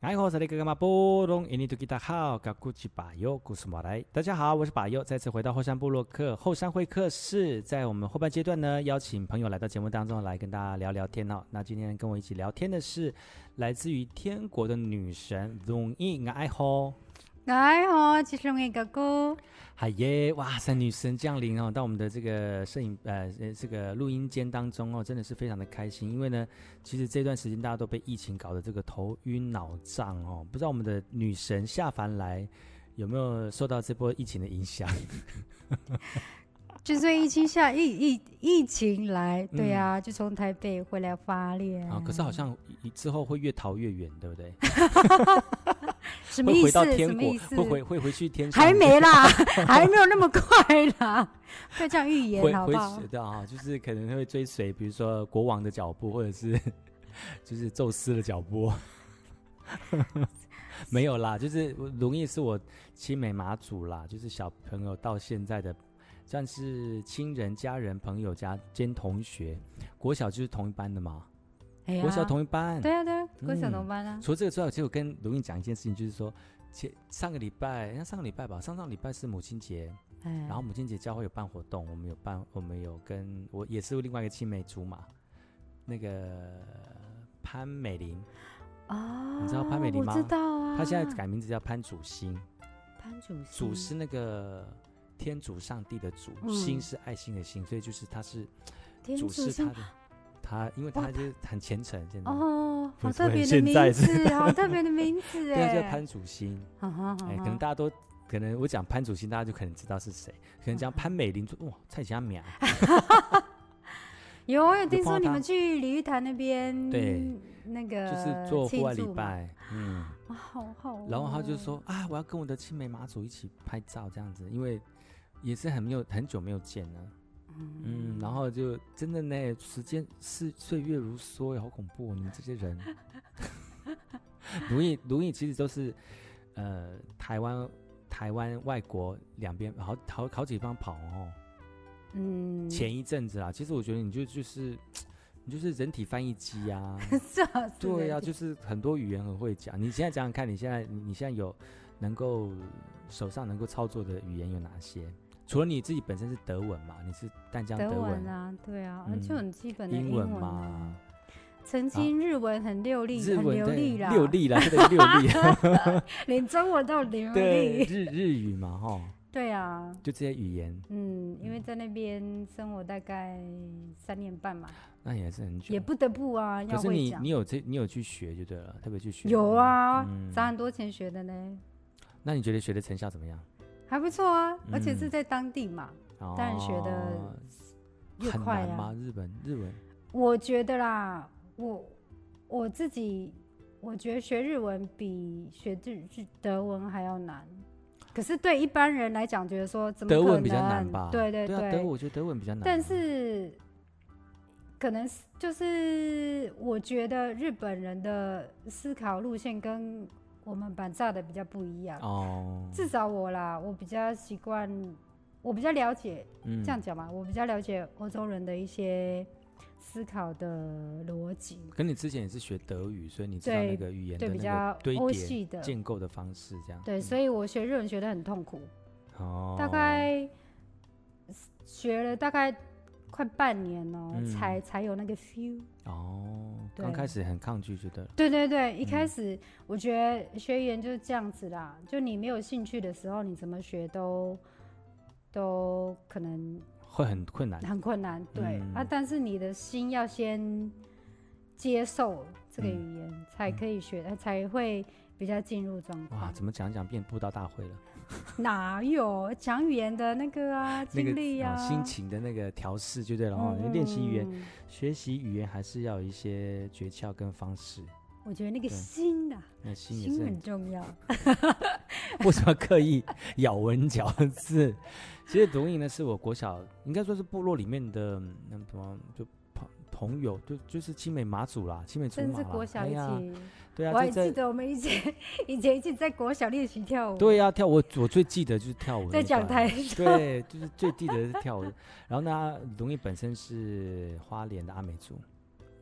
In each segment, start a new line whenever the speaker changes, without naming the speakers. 哎吼，萨利格格玛波隆印尼图吉达好，嘎古吉巴尤古苏马来。大家好，我是巴尤，再次回到后山部落客后山会客室。在我们后半阶段呢，邀请朋友来到节目当中来跟大家聊聊天哦。那今天跟我一起聊天的是来自于天国的女神 Zong In 哎吼。
哎吼，其实我一个姑，
海耶！哇塞，女神降临哦，到我们的这个摄影呃呃这个录音间当中哦，真的是非常的开心。因为呢，其实这段时间大家都被疫情搞得这个头晕脑胀哦，不知道我们的女神下凡来有没有受到这波疫情的影响？
之所以疫情下疫疫疫情来，对啊，就从台北回来花莲
嗯啊，可是好像以之后会越逃越远，对不对？
什么
会
意
回
思？
到
什
天
么
国
意，思？
会回会回去天上
还没啦，还没有那么快啦，不要这样预
会
言好
会
不好
知？道啊，就是可能会追随，比如说国王的脚步，或者是 就是宙斯的脚步。 没有啦，就是龙毅是我青梅马祖啦，就是小朋友到现在的，算是亲人、家人、朋友加兼同学。国小就是同一班的嘛，
哎呀
国小同一班。
对啊对啊，国小
嗯
同班啊，
除了这个之外，其实我跟龙毅讲一件事情，就是说前上个礼拜，那上个礼拜吧，上上礼拜是母亲节，
哎
嗯然后母亲节教会有办活动，我们有办，我们有跟我也是另外一个青梅竹马，那个潘美玲，
哦，
你知道潘美玲吗
我知道啊，
她现在改名字叫潘祖新，
潘主
祖是那个天主上帝的主，
嗯
心是爱心的心，所以就是她是
天
主
主
是
星
她的，她因为
哇
她就是很虔诚，现在、
哦，好
不
特
是
别的
现在
名
是
字，好特别的名字
对，她啊叫
哎，
潘祖新，
哈哈哈
哎、可
哈
能大家都。可能我讲潘祖新，大家就可能知道是谁。可能讲潘美玲，就哇，蔡佳苗，
有，我有
就
听
碰
说
到
你
他
们去鲤鱼潭那边，
对，
那个
就是做户外
呃
礼
庆祝嘛，
拜，嗯，
哇，好好哦。
然后他就说啊，我要跟我的青梅马祖一起拍照这样子，因为也是很没有很久没有见了，嗯，然后就真的呢，时间是岁月如梭耶，好恐怖、哦！你们这些人， 奴役奴役其实都是呃台湾台湾外国两边好好好几方跑哦。
嗯，
前一阵子啦，其实我觉得你就就是你就是人体翻译机啊，
是啊，是
对
的
呀、就是很多语言很会讲。你现在想想看，你现在你你现在有能够手上能够操作的语言有哪些？除了你自己本身是德文嘛，你是淡江
德
文、
文啊，对啊，而且
嗯
很基本的
英
英
文
啊
嘛，啊
曾经日文很流利，
日
很
文
流
对
利啦，
流利啦，这个流利，
连中文都流
对，
利。
日日语嘛，哈，
对啊，
就这些语言，
嗯，因为在那边生活大概三年半嘛，
那也是很久。
也不得不啊，
可
要
是
会
你
讲
你。有这你有去学就对了，特别去学。
有啊，
嗯
砸很多钱学的呢，
那你觉得学的成效怎么样？
还不错啊，而且是
嗯
在当地嘛。
当
然学得越
很
快
难
啊
吗？日本日文
我觉得啦，我我自己，我觉得学日文比学日日德文还要难。可是对一般人来讲，觉得说怎么
德
可
文比较难
能
吧？
对对
啊，德文我觉得德文比较难啊。
但是可能是就是我觉得日本人的思考路线跟我们板炸的比较不一样。
哦，
至少我啦，我比较习惯，我比较了解
嗯
这样讲嘛，我比较了解欧洲人的一些思考的逻辑，
可你之前也是学德语，所以你知道
对
那个语言的
对比
那
较
个堆
欧
叠、
系的，
建构的方式，这样。
对，所以我学日文学的很痛苦，
以哦，
大概学了大概快半年哦、
嗯
才才有那个 feel。
哦，
对
刚开始很抗拒，觉得
对对对，一开始我觉得学语言就是这样子啦，就你没有兴趣的时候，你怎么学都都可能
会很困难。
很困难，对、
嗯
啊。但是你的心要先接受这个
嗯
语言，才可以学，才会比较进入状
哇，
况。
怎么讲讲变布道大会了？
哪有讲语言的那个啊，
那
经历
个
呀、
啊
啊
心情的那个调试，就对了哦。
嗯
练习语言，
嗯
学习语言还是要有一些诀窍跟方式。
我觉得那个
对
心啊，
那心也
心
是
很
很，
重要。
为什么刻意咬文嚼字？ 其实毒瘾呢，是我国小应该说是部落里面的嗯那什么就朋朋友，就就是青梅马祖啦，青梅竹
甚
马
至
啦，
国小
哎
一
呀
起，
对
我
啊，
还
就
记
在
得我们以前以前一起在国小练习跳舞，
对呀、跳我我最记得就是跳舞
在
那
讲
段
台上，
对，就是最记得是跳舞。然后呢，龙毅本身是花莲的阿美族，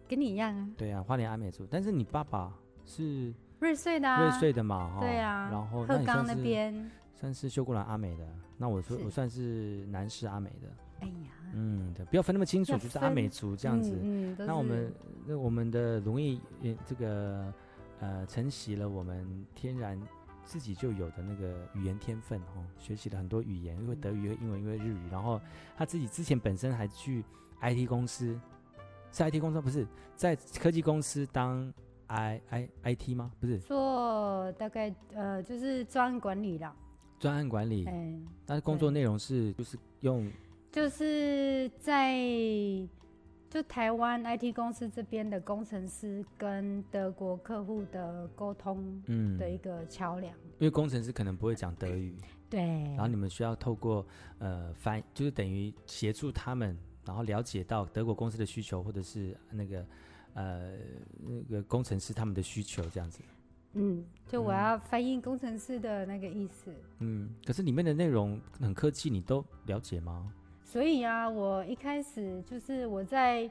跟你一样啊，
对啊，花莲阿美族。但是你爸爸是
瑞穗的啊，
瑞穗的嘛，哈、
对啊，
然后那
鹤
你
冈
算
那
是
边，
算是修过来阿美的，那我说
是
我算是南师阿美的，
哎呀，
嗯，对，不要分那么清楚，
要
就是阿美
分
族这样子。
嗯，嗯都
那我
是
们那我们的容易也这个呃承袭了我们天然自己就有的那个语言天分哦，学习了很多语言，因为德
嗯
语、因为英文、因为日语，然后他自己之前本身还去 IT 公司，是 IT 公司吗不是在科技公司当 I I IT 吗？不是
做大概呃就是专案管理啦，
专案管理，
嗯，
但是工作
对
内容是就是用
就是在就台湾 IT 公司这边的工程师跟德国客户的沟通
嗯，
的一个桥梁，
因为工程师可能不会讲德语。
对
然后你们需要透过呃翻，就是等于协助他们，然后了解到德国公司的需求，或者是那个呃那个工程师他们的需求这样子。
嗯，就我要翻译工程师的那个意思。
嗯，可是里面的内容很科技，你都了解吗？
所以啊，我一开始就是我在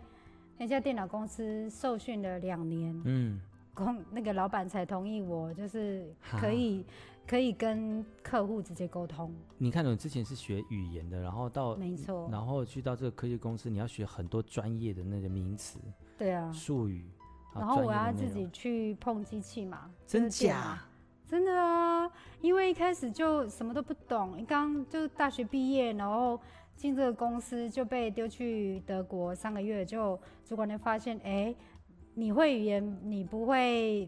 那家电脑公司受训了两年，
嗯，
公那个老板才同意我，就是
哈
可以可以跟客户直接沟通。
你看你之前是学语言的，然后到
没错，
然后去到这个科技公司，你要学很多专业的那个名词、
对啊。
术语，啊
然后我要
专
自，
业的内
己
容
去碰机器嘛，
真
就是电脑
假？
真的啊，因为一开始就什么都不懂，刚就大学毕业，然后进这个公司就被丢去德国三个月，就主管就发现，哎、你会语言，你不会，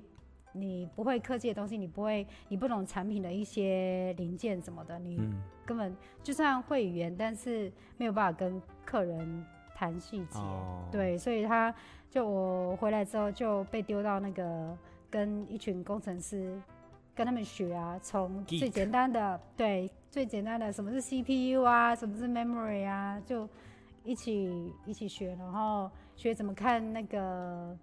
你不会科技的东西，你不会，你不懂产品的一些零件什么的，你
嗯，
根本就算会语言，但是没有办法跟客人谈细节。
哦，，
对，所以他就我回来之后就被丢到那个跟一群工程师跟他们学啊，从
Geek
最简单的对最简单的什么是 CPU 啊，什么是 memory 啊，就一起一起学，然后学怎么看那个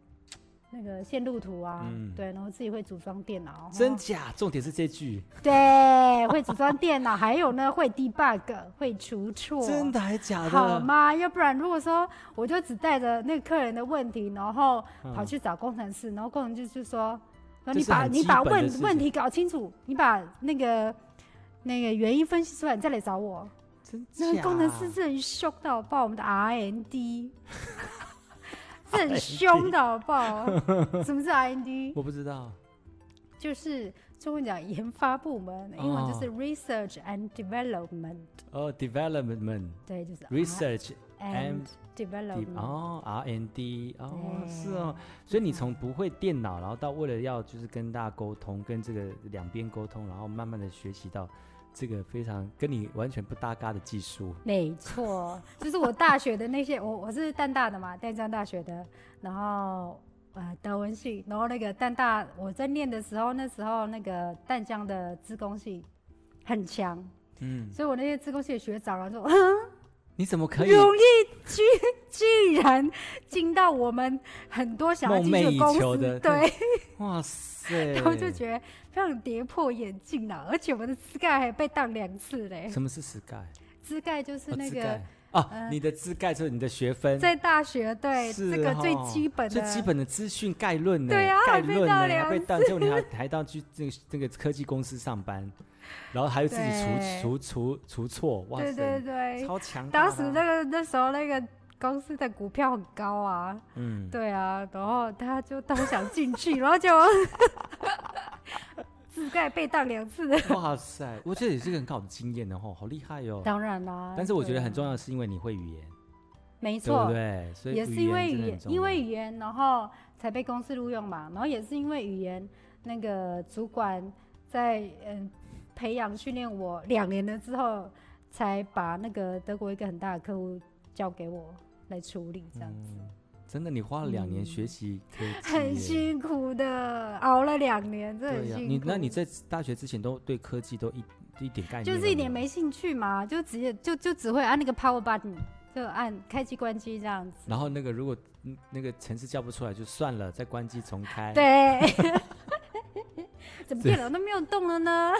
那个线路图啊，
嗯
对，然后自己会组装电脑，
真
然后
假？重点是这句，
对，会组装电脑，还有呢会 debug，会除错，
真的还假的？
好吗？要不然如果说我就只带着那个客人的问题，然后
嗯
跑去找工程师，然后工程师就说：“
这
说你
是
把
很
你
基
把
本的事
问
情
问题搞清楚，你把那个那个原因分析出来，你再来找我。”
真
那
假？
个工程师是很凶的好不好？我们的 RND 是很凶的好不好？什么是 RND？
我不知道。
就是中文讲研发部门，英文就是 Research and Development，
哦，development
对，就是
research
and
D
Development。
哦，R N D 哦，
对
是哦，所以你从不会电脑，然后到为了要就是跟大家沟通，跟这个两边沟通，然后慢慢的学习到这个非常跟你完全不搭嘎的技术，
没错，就是我大学的那些， 我我是淡大的嘛，淡江大学的，然后呃德文系，然后那个淡大我在念的时候，那时候那个淡江的自工系很强，
嗯，
所以我那些自工系的学长然啊后说，
哎你怎么可以
容易居居然进到我们很多想要进去
梦寐
的
以
公
求
司，
的
对，
哇塞，
然后就觉得非常跌破眼镜了，而且我们的 Sky 还被当两次嘞
什么是 sky？
，Sky 就是
哦
那
自
个。
盖啊，
呃
你的自盖就是你的学分，
在大学对
是
这个最
哦
基本的
最基本的资讯概论呢，
对啊
概
还被
论呢，
当
还被
良
当，结果你还还到去这个这个科技公司上班，然后还有自己
对
除除除除错，哇
对
塞，
对对，
超强大的
当
啊！
时那个那时候那个公司的股票很高啊，
嗯，
对啊，然后他就当想进去，然后就 自盖被当两次。
哇塞，我觉得也是个很好的经验的哦，好厉害哟！
当然啦、啊
但是我觉得很重
要，
要的是因为你会语言，
没
对不
错，
对？所以
也是因
真
为语
的
言
很，重
因
要
为语言，然后才被公司录用嘛，然后也是因为语言，那个主管在嗯培养训练我两年了之后，才把那个德国一个很大的客户交给我来处理，这样子。嗯
嗯真的，你花了两年学习科技耶，
很辛苦的，熬了两年，这很
对
辛
呀、
苦。
你那你在大学之前都对科技都一一点概念
就
都
是一点
有，
没兴趣嘛，就直接就就只会按那个 power button，就按开机关机这样子。
然后那个如果嗯那个程式叫不出来就算了，再关机重开。，
对，怎么电脑都没有动了呢？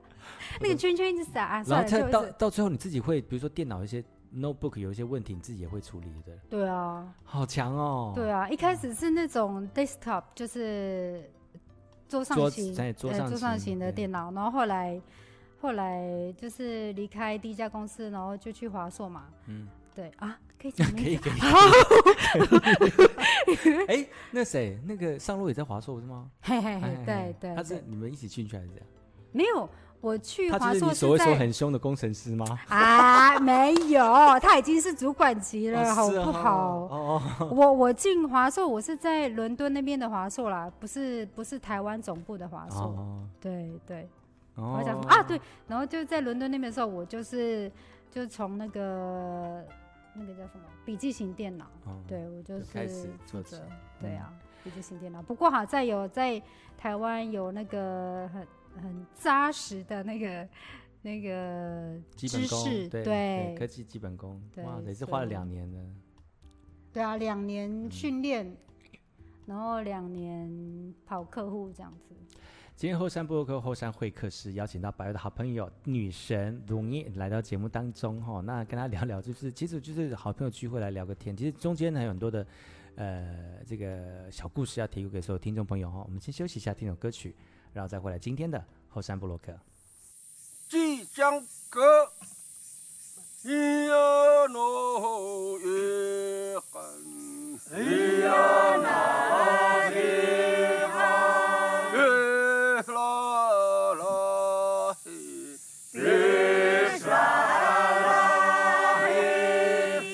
那个圈圈一直闪，啊、
然后
算了，
再
就
到
是
到最后你自己会，比如说电脑一些 notebook 有一些问题，你自己也会处理的，
对啊，
好强哦。
对啊，一开始是那种 desktop，就是桌上
桌
型，
在桌
呃
上
桌上
型
型的
对
电脑，然后后来后来就是离开第一家公司，然后就去华硕嘛，
嗯，
对啊，可以 讲
可以可以。
好，
哎，那谁，那个上路也在华硕是吗？
嘿嘿
哎
嘿
哎，
对
哎
对，
他是
对
你们一起进去还是怎样？
没有，我去
他
华
就是
硕
你所谓说
在
很凶的工程师吗？
啊，没有，他已经是主管级了，
哦
好
是
不
哦
好？
哦哦，
我我进华硕，我是在伦敦那边的华硕啦，不是不是台湾总部的华硕，
哦
对对。
哦
我要讲什么啊？对，然后就在伦敦那边的时候，我就是就从那个那个叫什么笔记型电脑，
哦，
对我就
就开始
是负
做起
责，对
嗯
啊，笔记型电脑。不过好在有在台湾有那个很很扎实的那个那个
基
知
本
识，
功，
对
对，科技基本功，
对
哇，也是
所以
花了两年呢。
对啊，两
嗯
年训练，然后两年跑客户这样子。
今天后山布洛克后山会客室邀请到白月的好朋友女神如妮来到节目当中哈、那跟她聊聊就是，其实就是好朋友聚会来聊个天，其实中间还有很多的呃这个小故事要提供给所有听众朋友哈、我们先休息一下，听首歌曲，然后再回来今天的后山布洛克。
即将歌，咿呀诺耶恨，咿呀那耶恨，啦啦嘿，耶沙啦嘿，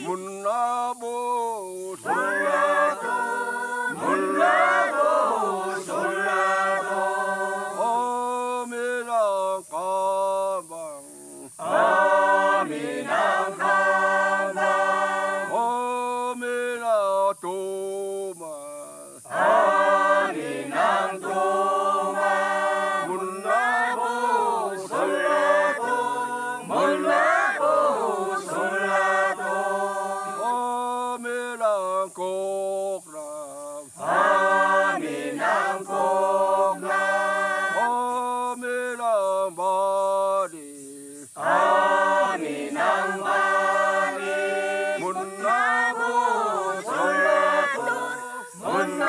mun na bo sun la do, mun na bo sun la do. 아미랑 가방 아미랑 가방 아미랑 도마 아미랑 도마 몰라고 설라고 몰라고 설라고 아미랑 꼭람 아미랑 꼭람 아미랑 바리 아미랑 바리 못나고 설라도 못나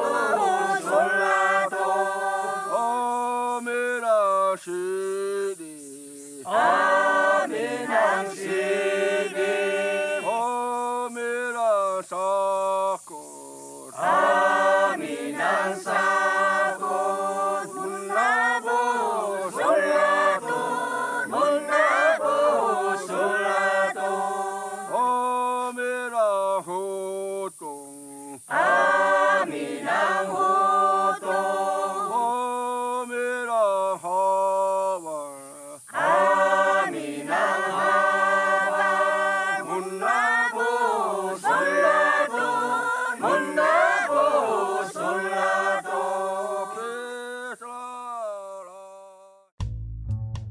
고 설라도 아미랑 시리 아미랑 시리 아미랑 사고 아미랑 사고 몰라보 솔라도 몰라보 솔라도 아미랑 호동 아미랑 호동 아미랑 하와 아미랑 하와 몰라보 솔라도 몰라보 솔라도 계절아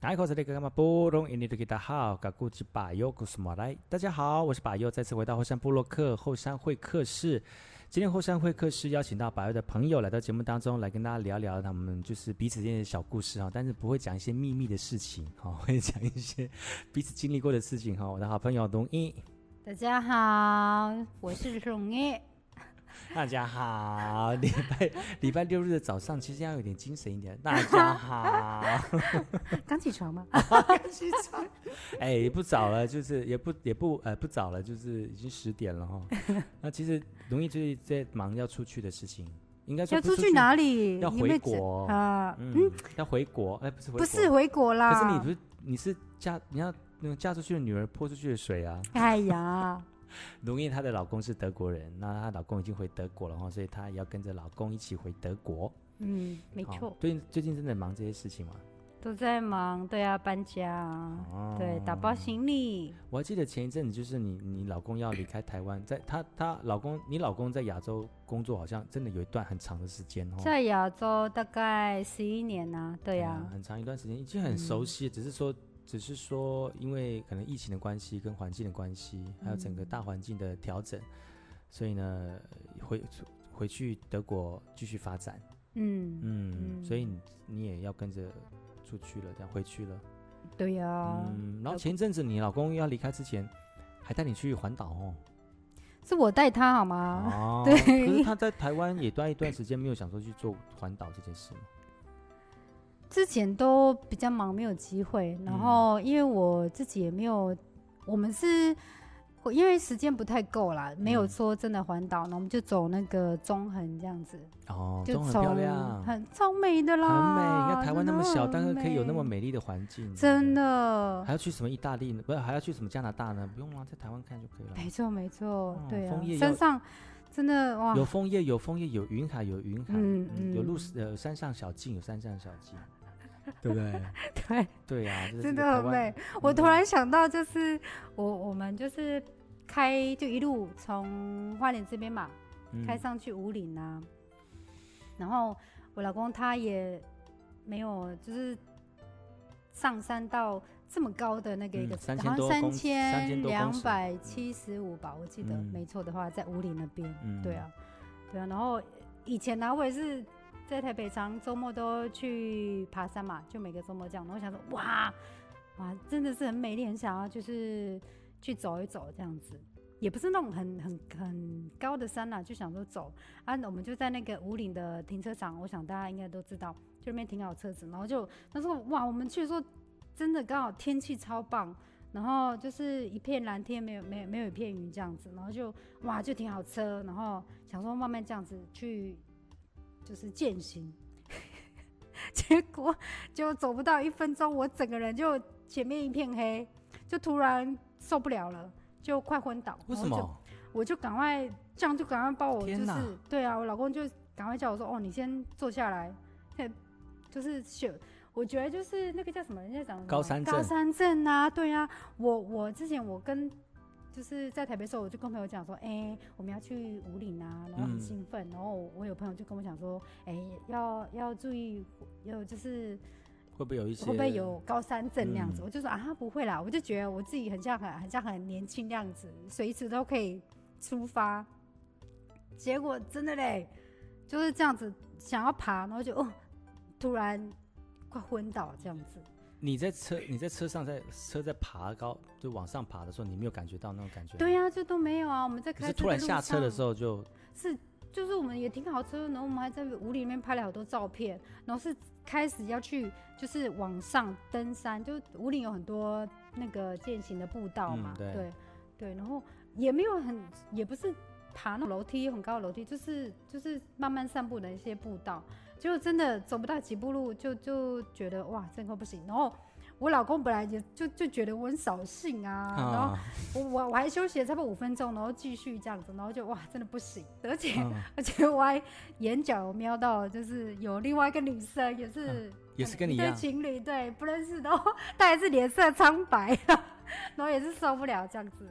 大家好，我是那个干嘛布隆印尼的吉他好，嘎古吉巴尤古斯莫来。大家好，我是巴尤，再次回到后山部落客后山会客室。今天后山会客室邀请到巴尤的朋友来到节目当中，来跟大家聊聊他们就是彼此之间的小故事哈、但是不会讲一些秘密的事情哈、会讲一些彼此经历过的事情哈、我的好朋友龙一，
大家好，我是荣业。
大家好，礼拜 礼拜六日的早上其实要有点精神一点。大家好。
刚起床吗？
哎，也不早了，就是也不也不呃不早了，就是已经十点了哈。 那其实容易就是在忙要出去的事情，应该说
要
不
出去哪里？
要
你有没有
回国
讲啊？
嗯，要回国，哎，不是回
不
国，
是。回啊国啦。
可是你不是你是嫁你要那个嫁出去的女儿泼出去的水啊。
哎呀，
容易她的老公是德国人，那她老公已经回德国了哈，所以她也要跟着老公一起回德国。
嗯，没
好
错，
最近最近真的忙这些事情嘛？
都在忙，对啊，搬家啊，
哦
对，打包行李，
我还记得前一阵子，就是你你老公要离开台湾，在他他老公你老公在亚洲工作，好像真的有一段很长的时间哦。
在亚洲大概十一年呐、对呀、
哎
嗯
很长一段时间已经很熟悉，只是说只是说，因为可能疫情的关系、跟环境的关系，还有整个大环境的调整，所以呢回回去德国继续发展，
嗯，
嗯，
嗯
所以你你也要跟着出去了，这样回去了。
对呀、
嗯，然后
要
前一阵子你老公要离开之前，还带你去环岛哦。
是我带他好吗？
哦，
对
可是他在台湾也待一段时间，没有想说去做环岛这件事吗？
之前都比较忙，没有机
嗯
会。然后因为我自己也没有，我们是因为时间不太够啦，没有
嗯
说真的环岛，那我们就走那个中横这样子，
哦，
就
都很
走
漂亮，很美。
很超美的
你
啦。
看台湾那么小，
真
但
的
是
很
可以有那么
美，
美丽的环境，
真
的。
的
还。要去什么意大利呢？不是，还要去什么加拿大呢？不用啊，在台湾看就可以
没
了。
错，没错，对啊
哦枫叶，
山
要
上真的哇
有，枫叶，有枫叶，有云海，有云海，
嗯
嗯有
嗯
路，呃，山上小径，有山上小 径，对不对？
对，
对呀，这
真
是
的
台
很
湾
美。我突
嗯
然想到，就是我我们就是开就一路从花莲这边嘛，
嗯
开上去五岭啊，然后我老公他也没有就是上山到这么高的那个一
嗯
个，
3000
好
多
像三
公3000
千
多
两
公尺
百七十五吧，我记得、
嗯
没错的话，在五岭那边，
嗯
对啊，对啊，然后以前呢、啊我也是。在台北常周末都去爬山嘛，就每个周末这样。然后我想说，哇哇，真的是很美丽，很想要就是去走一走这样子，也不是那种很很很高的山啦、就想说走啊。我们就在那个五岭的停车场，我想大家应该都知道，就那边停好车子，然后就他说哇，我们去的时候真的刚好天气超棒。然后就是一片蓝天，没有没有没有一片云这样子，然后就哇就停好车，然后想说慢慢这样子去就是践行， 结果就走不到一分钟，我整个人就前面一片黑，就突然受不了了，就快昏倒。
为什
然后就
么？
我就赶快这样就赶快帮我就
天
是
哪
对啊，我老公就赶快叫我说哦，你先坐下来，嘿就是选。我觉得就是那个叫什么，人家讲什么
高山症
高山症啊，对啊，我我之前我跟就是在台北的时候，我就跟朋友讲说，哎、我们要去五岭啊，然后很
嗯
兴奋，然后我有朋友就跟我讲说，哎、要要注意，要就是
会不会有一些？
会不会有高山症那样子？
嗯
我就说啊，不会啦，我就觉得我自己很像很很像很年轻那样子，随时都可以出发。结果真的嘞，就是这样子想要爬，然后就哦，突然快昏倒这样子。
你在车你在车上在车在爬高就往上爬的时候，你没有感觉到那种感觉？
对、呀、就都没有啊。我们在
可
开
是
车
突然下车的时
候。
候就是
就是我们也停好车，然后我们还在屋里面拍了好多照片，然后是开始要去就是往上登山，就是五岭有很多那个践行的步道嘛，
嗯对
对对，然后也没有很，也不是爬那种楼梯很高的楼梯，就是就是慢慢散步的一些步道，结果真的走不到几步路就就觉得哇，真的不行。然后我老公本来也就就觉得我很扫兴啊，然后
啊，
我我我还休息了差不多五分钟，然后继续这样子，然后就哇，真的不行，而 且、
嗯
而且我还眼角有瞄到，就是有另外一个女生也是、
嗯也是跟你一
对
样，
情侣对不认识的哦，她也是脸色苍白，然后也是受不了这样子，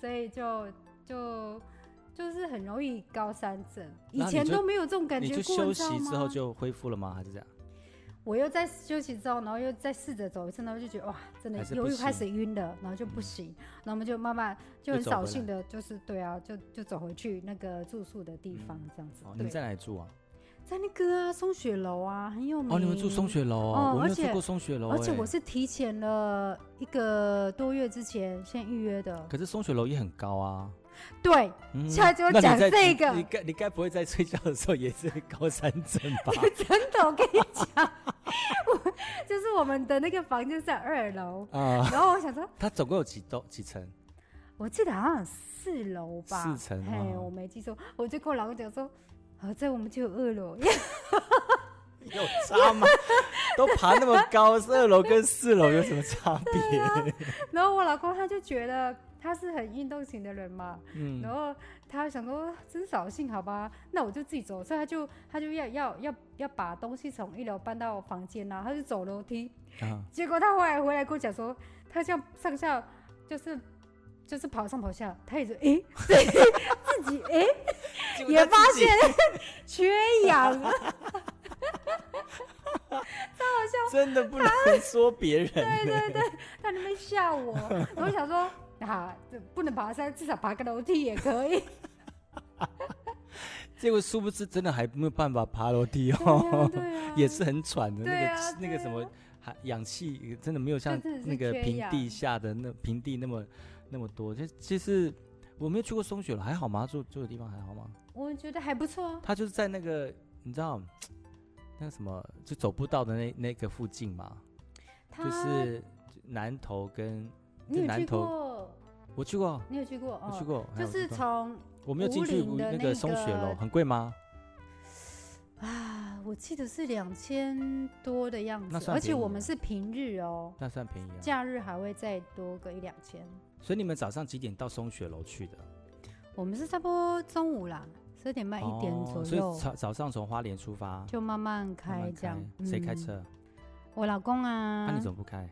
所以就就就是很容易高山症，以
那你
前
就
都没有这 种感
嗯你
觉
就
过，
休
你
息
知道
之后就
吗？
恢复了吗？还是这样？
我又在休息之后，然后又再试着走一次，然后就觉得哇，真的
还是不
又又开
行
始晕了，然后就不行，然后我们就慢慢就
又
很
走
扫
回来
兴的，就是对啊，就就走回去那个住宿的地方这样子。
哦，你
对，
们在哪里住啊？
在那个啊松雪楼啊，很有名。
哦，你们住松雪楼、
哦
我没
而
有住
且
过松雪楼、
而且
哎
我，是提前了一个多月之前先预约的。
可是松雪楼也很高啊。
对，
嗯
现在就要
那你
讲
在
这
你
个
你该你该不会在睡觉的时候也是高山症 吧？
真的，我跟你讲，我就是我们的那个房间在二楼，
啊，
然后我想说，
它总共有几栋几层？
我记得好像有四楼吧，
四层
嘿，
哦
我没记错，我就跟我老公讲说。好在我们就有二楼，
有差 吗？都爬
啊
那么高，二楼跟四楼有什么差别？
然后我老公他就觉得他是很运动型的人嘛，
嗯
然后他想说哦真扫兴，好吧，那我就自己走，所以他就他就要要要要把东西从一楼搬到房间呐、啊，他就走楼梯，
啊，
结果他后来回来跟我讲说，他这样上下就是就是跑上跑下，他也是诶、 自己自己诶、 也发现缺氧了，
真的不能说别人，对对对，
他在那边吓我，然后想说啊，这不能爬山，至少爬个楼梯也可以。
结果殊不知真的还没有办法爬楼梯
对
哦
啊，，对啊，
也是很喘的，那
对
个
啊
气那个
对
什么
啊
还氧气真的没有像
真的是
那个
缺
平
氧
地下的那平地那么那么多。其其实我没有去过松雪了，还好吗？住住的地方还好吗？
我觉得还不错啊。
它就是在那个你知道那个什么就走步道的那那个附近嘛，
他
就是南头跟
你有
南
去
投
过？
我去过，
你有去过？
我
哦，
去过，还
就
有
是
去过
从
我没有进去
五岭的
那
那
松雪楼，
个
很贵吗？
啊，我记得是两千多的样
那
子，
算
而且
便宜
我
了
们是平日哦，
那算便宜啊。
假日还会再多个一两千。
所以你们早上几点到松雪楼去的？
我们是差不多中午啦，十二点半一点
哦
左
所
右
以，早早上从花莲出发，
就慢慢
慢
开
慢
这样。
开谁开
嗯？
车？
我老公啊。
那你怎么不开？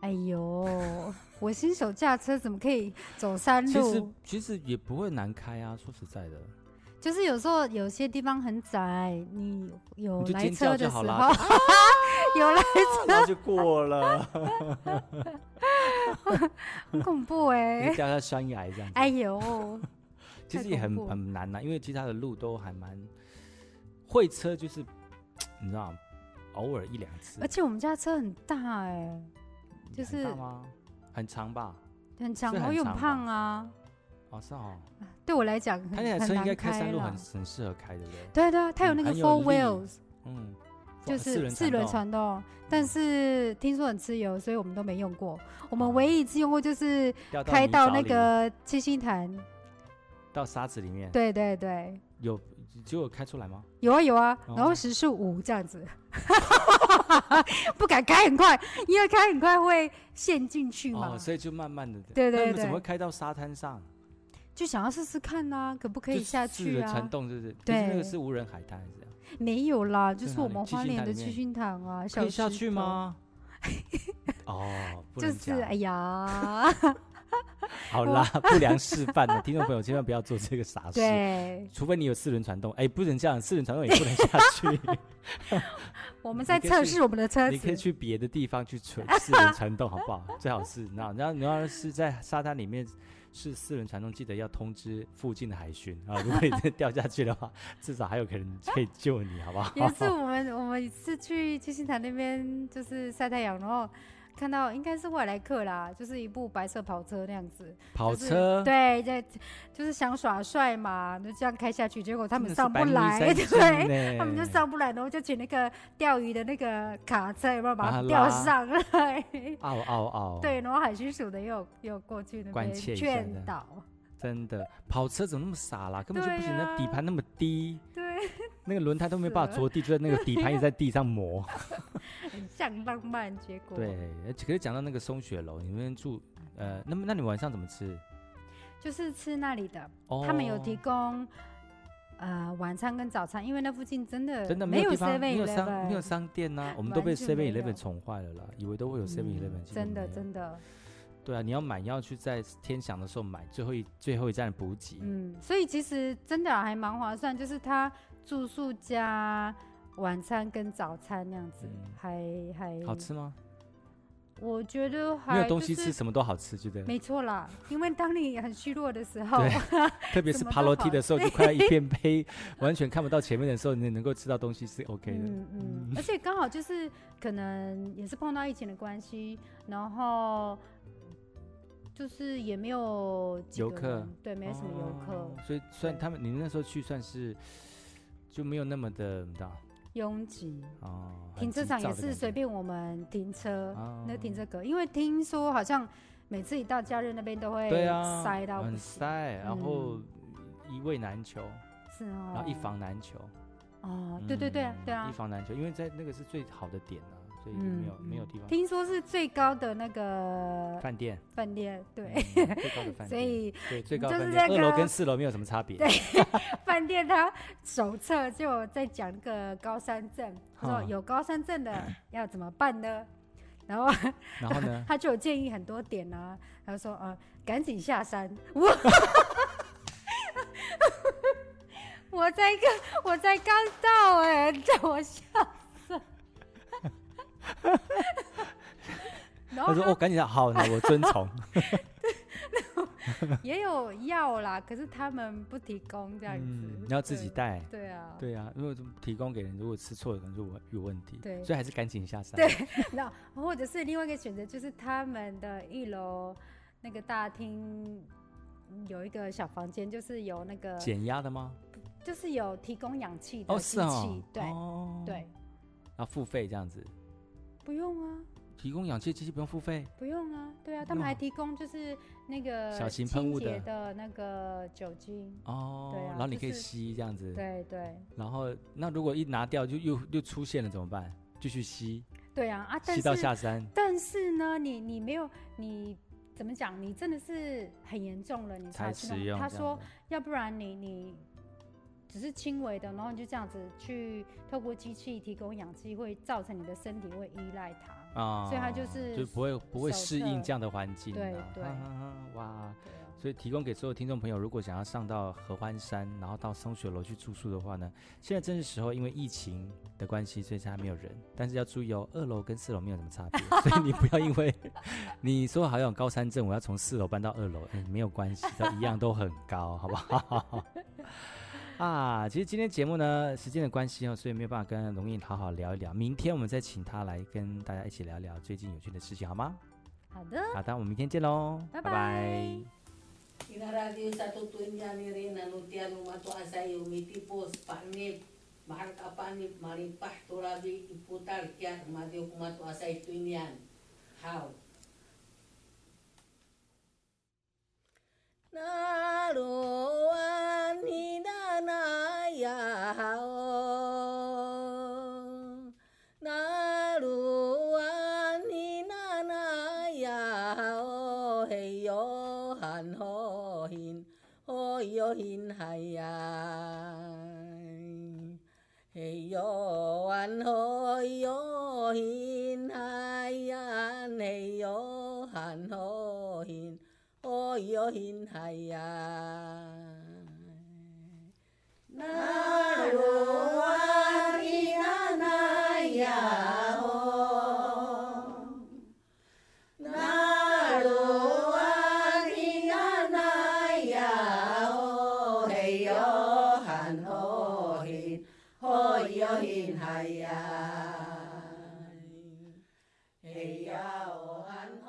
哎呦，我新手驾车怎么可以走山
其实
嗯路？
其实也不会难开啊，说实在的，
就是有时候有些地方很窄，你有
你就
来
尖
车
叫
的
就
时
好
候，
啦
有来
那就过了，
很恐怖 哎、
你掉下山崖这样子。
哎呦，
其
太
实也
恐
很
怖
很难呐、啊因为其他的路都还蛮会车，就是你知道，偶尔一两次
而，且我们家车很大哎、就
很
是
大吗？很长吧？
很长，
是很
我又很
长吧
胖啊，
哦，是哦，
对我来讲很
他那
很
台车应
难
该开山路
啦
很很适合开，对不对？
对对啊，它有
嗯
那个
很有
four
力
wheels，
嗯，
就
哇
是四轮
轮道，
传动，但是听说很吃油，所以我们都没用过。我们唯一一次用过就是
掉哦到
开
泥
到
沼
那
里
个七星潭，
到沙子里面，
对对对，
有结果开出来吗？
有啊有啊，
哦
然后时速五这样子， 不敢开很快，因为开很快会陷进去嘛
哦，，所以就慢慢的，
对
那你
对
们怎
对
么会开到沙滩上？
就想要试试看呐，可不可
就
以下
四
去
轮传
啊？
动是不是？可是那个
对
是无人海滩还是怎样？
没有啦，就
在
是
哪
我
里
们
七
花
星
莲
潭
的
里
七
面
星潭啊，
可
小
以下
石
去
头？
吗？ 哦，不
就
能
是
讲
哎呀，
好啦， 不良示范了，听众朋友千万不要做这个傻事。
对，
除非你有四轮传动，哎，不能这样，四轮传动也不能下去。
我们在
可以
测
去
试我们的车
你可以
子。
去别的地方去传四轮传动，好不 好？最好是那，然后你要是在沙滩里面是四轮传动，记得要通知附近的海巡啊。如果你真的掉下去的 话，至少还有个人可以救你，好不 好？
有一次我们我们是去七星潭那边就是晒太阳，然后看到应该是外来客啦，就是一部白色跑车那样子，
跑
就是
车，
对，在就是想耍帅嘛，就这样开下去，结果他们上不
真的是
来，
白鹿山
对。
镇呢
他们就上不来，然后就请那个钓鱼的那个卡车，有没有把
把它
它钓
拉
上来？
嗷嗷嗷，
对，，然后海巡署的又又过去那
关
边
切一下这样
劝导，
真的跑车怎么那么傻啦？根本就不行，
对
那
啊
底盘那么低，
对，
那个轮胎都没办法着地，就在那个底盘一直在地上磨。
很像浪漫，结果
对，而且可是讲到那个松雪楼，你们住呃，那么那你晚上怎么吃？
就是吃那里的，
哦，
他们有提供呃晚餐跟早餐，因为那附近真的
真的
呃没
有地方，
seven
没有商，没有
eleven，
商店呐、我们都
完
被
全
Seven
没
Eleven
有
宠坏了啦，以为都会有 Seven Eleven，、
嗯真的
的。
真的，
对啊，你要买要去在天祥的时候买，最后一最后一站补给。
嗯，所以其实真的还蛮划算，就是他住宿加晚餐跟早餐那样子，
嗯
还还
好，吃吗？
我觉得
没
还
有东西
就是
吃，什么都好吃，对不对？
没错啦，因为当你很虚弱的时候，
特别
什
是
么
爬
都
楼梯
好
的时候，就 快要一片黑，完全看不到前面的时候，你能够吃到东 西是 OK 的。
嗯嗯，而且刚好就是可能也是碰到疫情的关系，然后就是也没有几
游
个
客
人对，没有什么游客
哦所以算
对
他们你们那时候去算是就没有那么的，你知道
拥挤，
哦，很
停车
急
场
躁
也
的
是
感
随
觉
便我们停车，
哦
那停车格，因为听说好像每次一到假日那边都会
对啊，
塞到
很
不行，
塞，然后
嗯
一位难求，
是哦，
然后一房难求。
哦，对对对啊
嗯
对啊
一，房难求，因为在那个是最好的点啊，所以就没有、
嗯
没有地方
听说是最高的那个
饭店，
饭店，对，
嗯最高的饭店，
所以
对最高
就
的饭店，
是那
二楼
个
跟四楼没有什么差别。
对饭店它手册就有在讲那个高山症，他说
哦
有高山症的要怎么办呢？ 然后，
然后呢
他就有建议很多点啊，他说呃，赶紧下山。我 我才刚我才刚到哎、叫我下山。 然
他
后
说哦，赶紧的，好，那我遵从。
也有药啦，可是他们不提供 这样子，
嗯，你要自己
对。
带。
对啊，
对啊，如果提供给人，如果吃错了，可能就有问题。
对
所以还是赶紧下山。
对那或者是另外一个选择，就是他们的一楼那个大厅有一个小房间，就是有那个
减压的吗？
就是有提供氧气的
哦，
机器，
是哦，
对、
哦，
对，，
要付费这样子，
不用啊，
提供氧气机器不用付费。
不用啊，对啊，他们
哇
还提供就是那个
小型喷雾
清洁
的
的那个酒精，
哦，
对啊
然后你
就
可以
是
吸这样子，
对对
然后那如果一拿掉就又又出现了怎么办？继续吸，
对啊啊，但
吸到
是
下山，
但是呢，你你没有你。怎么讲？你真的是很严重了，你
才
才去弄
使用。
他说，，要不然你你只是轻微的，然后你就这样子去透过机器提供氧气，会造成你的身体会依赖它。
啊，
所以他就是
就不会不会
手
适应
册
这样的环境啊，
对对
哈哈哈 哇。
对啊
所以提供给所有听众朋友，如果想要上到合欢山，然后到松雪楼去住宿的话呢，现在正是时候，因为疫情的关系，所以现在没有人，但是要注意哦，二楼跟四楼没有什么差别， 所以你不要因为 你说好像有高山症，我要从四楼搬到二楼，哎，没有关系，都一样都很高，好不好？ 啊，其实今天节目呢，时间的关系哦，所以没有办法跟龙印好好聊一聊。明天我们再请他来跟大家一起聊聊最近有趣的事情，好吗？
好的，
好的，我们明天见喽，
拜拜
Inaragyo sa tutuin niya ni rin nanutian umato asay umitipos panip marka panip maripah turabi iputar kya madiyo kumato asay tuinyan. How? なろわにななやおなろわにななやおへよはんほひんほよひんはや嘿哟，安好哟，hin 嗨呀，嘿哟，安好 hin，哦哟 hin 嗨呀。那罗哇咪那那呀哦，那罗哇咪那那呀哦，嘿哟，安好 hin。Hoi yo hin hai ya. Hey ya o han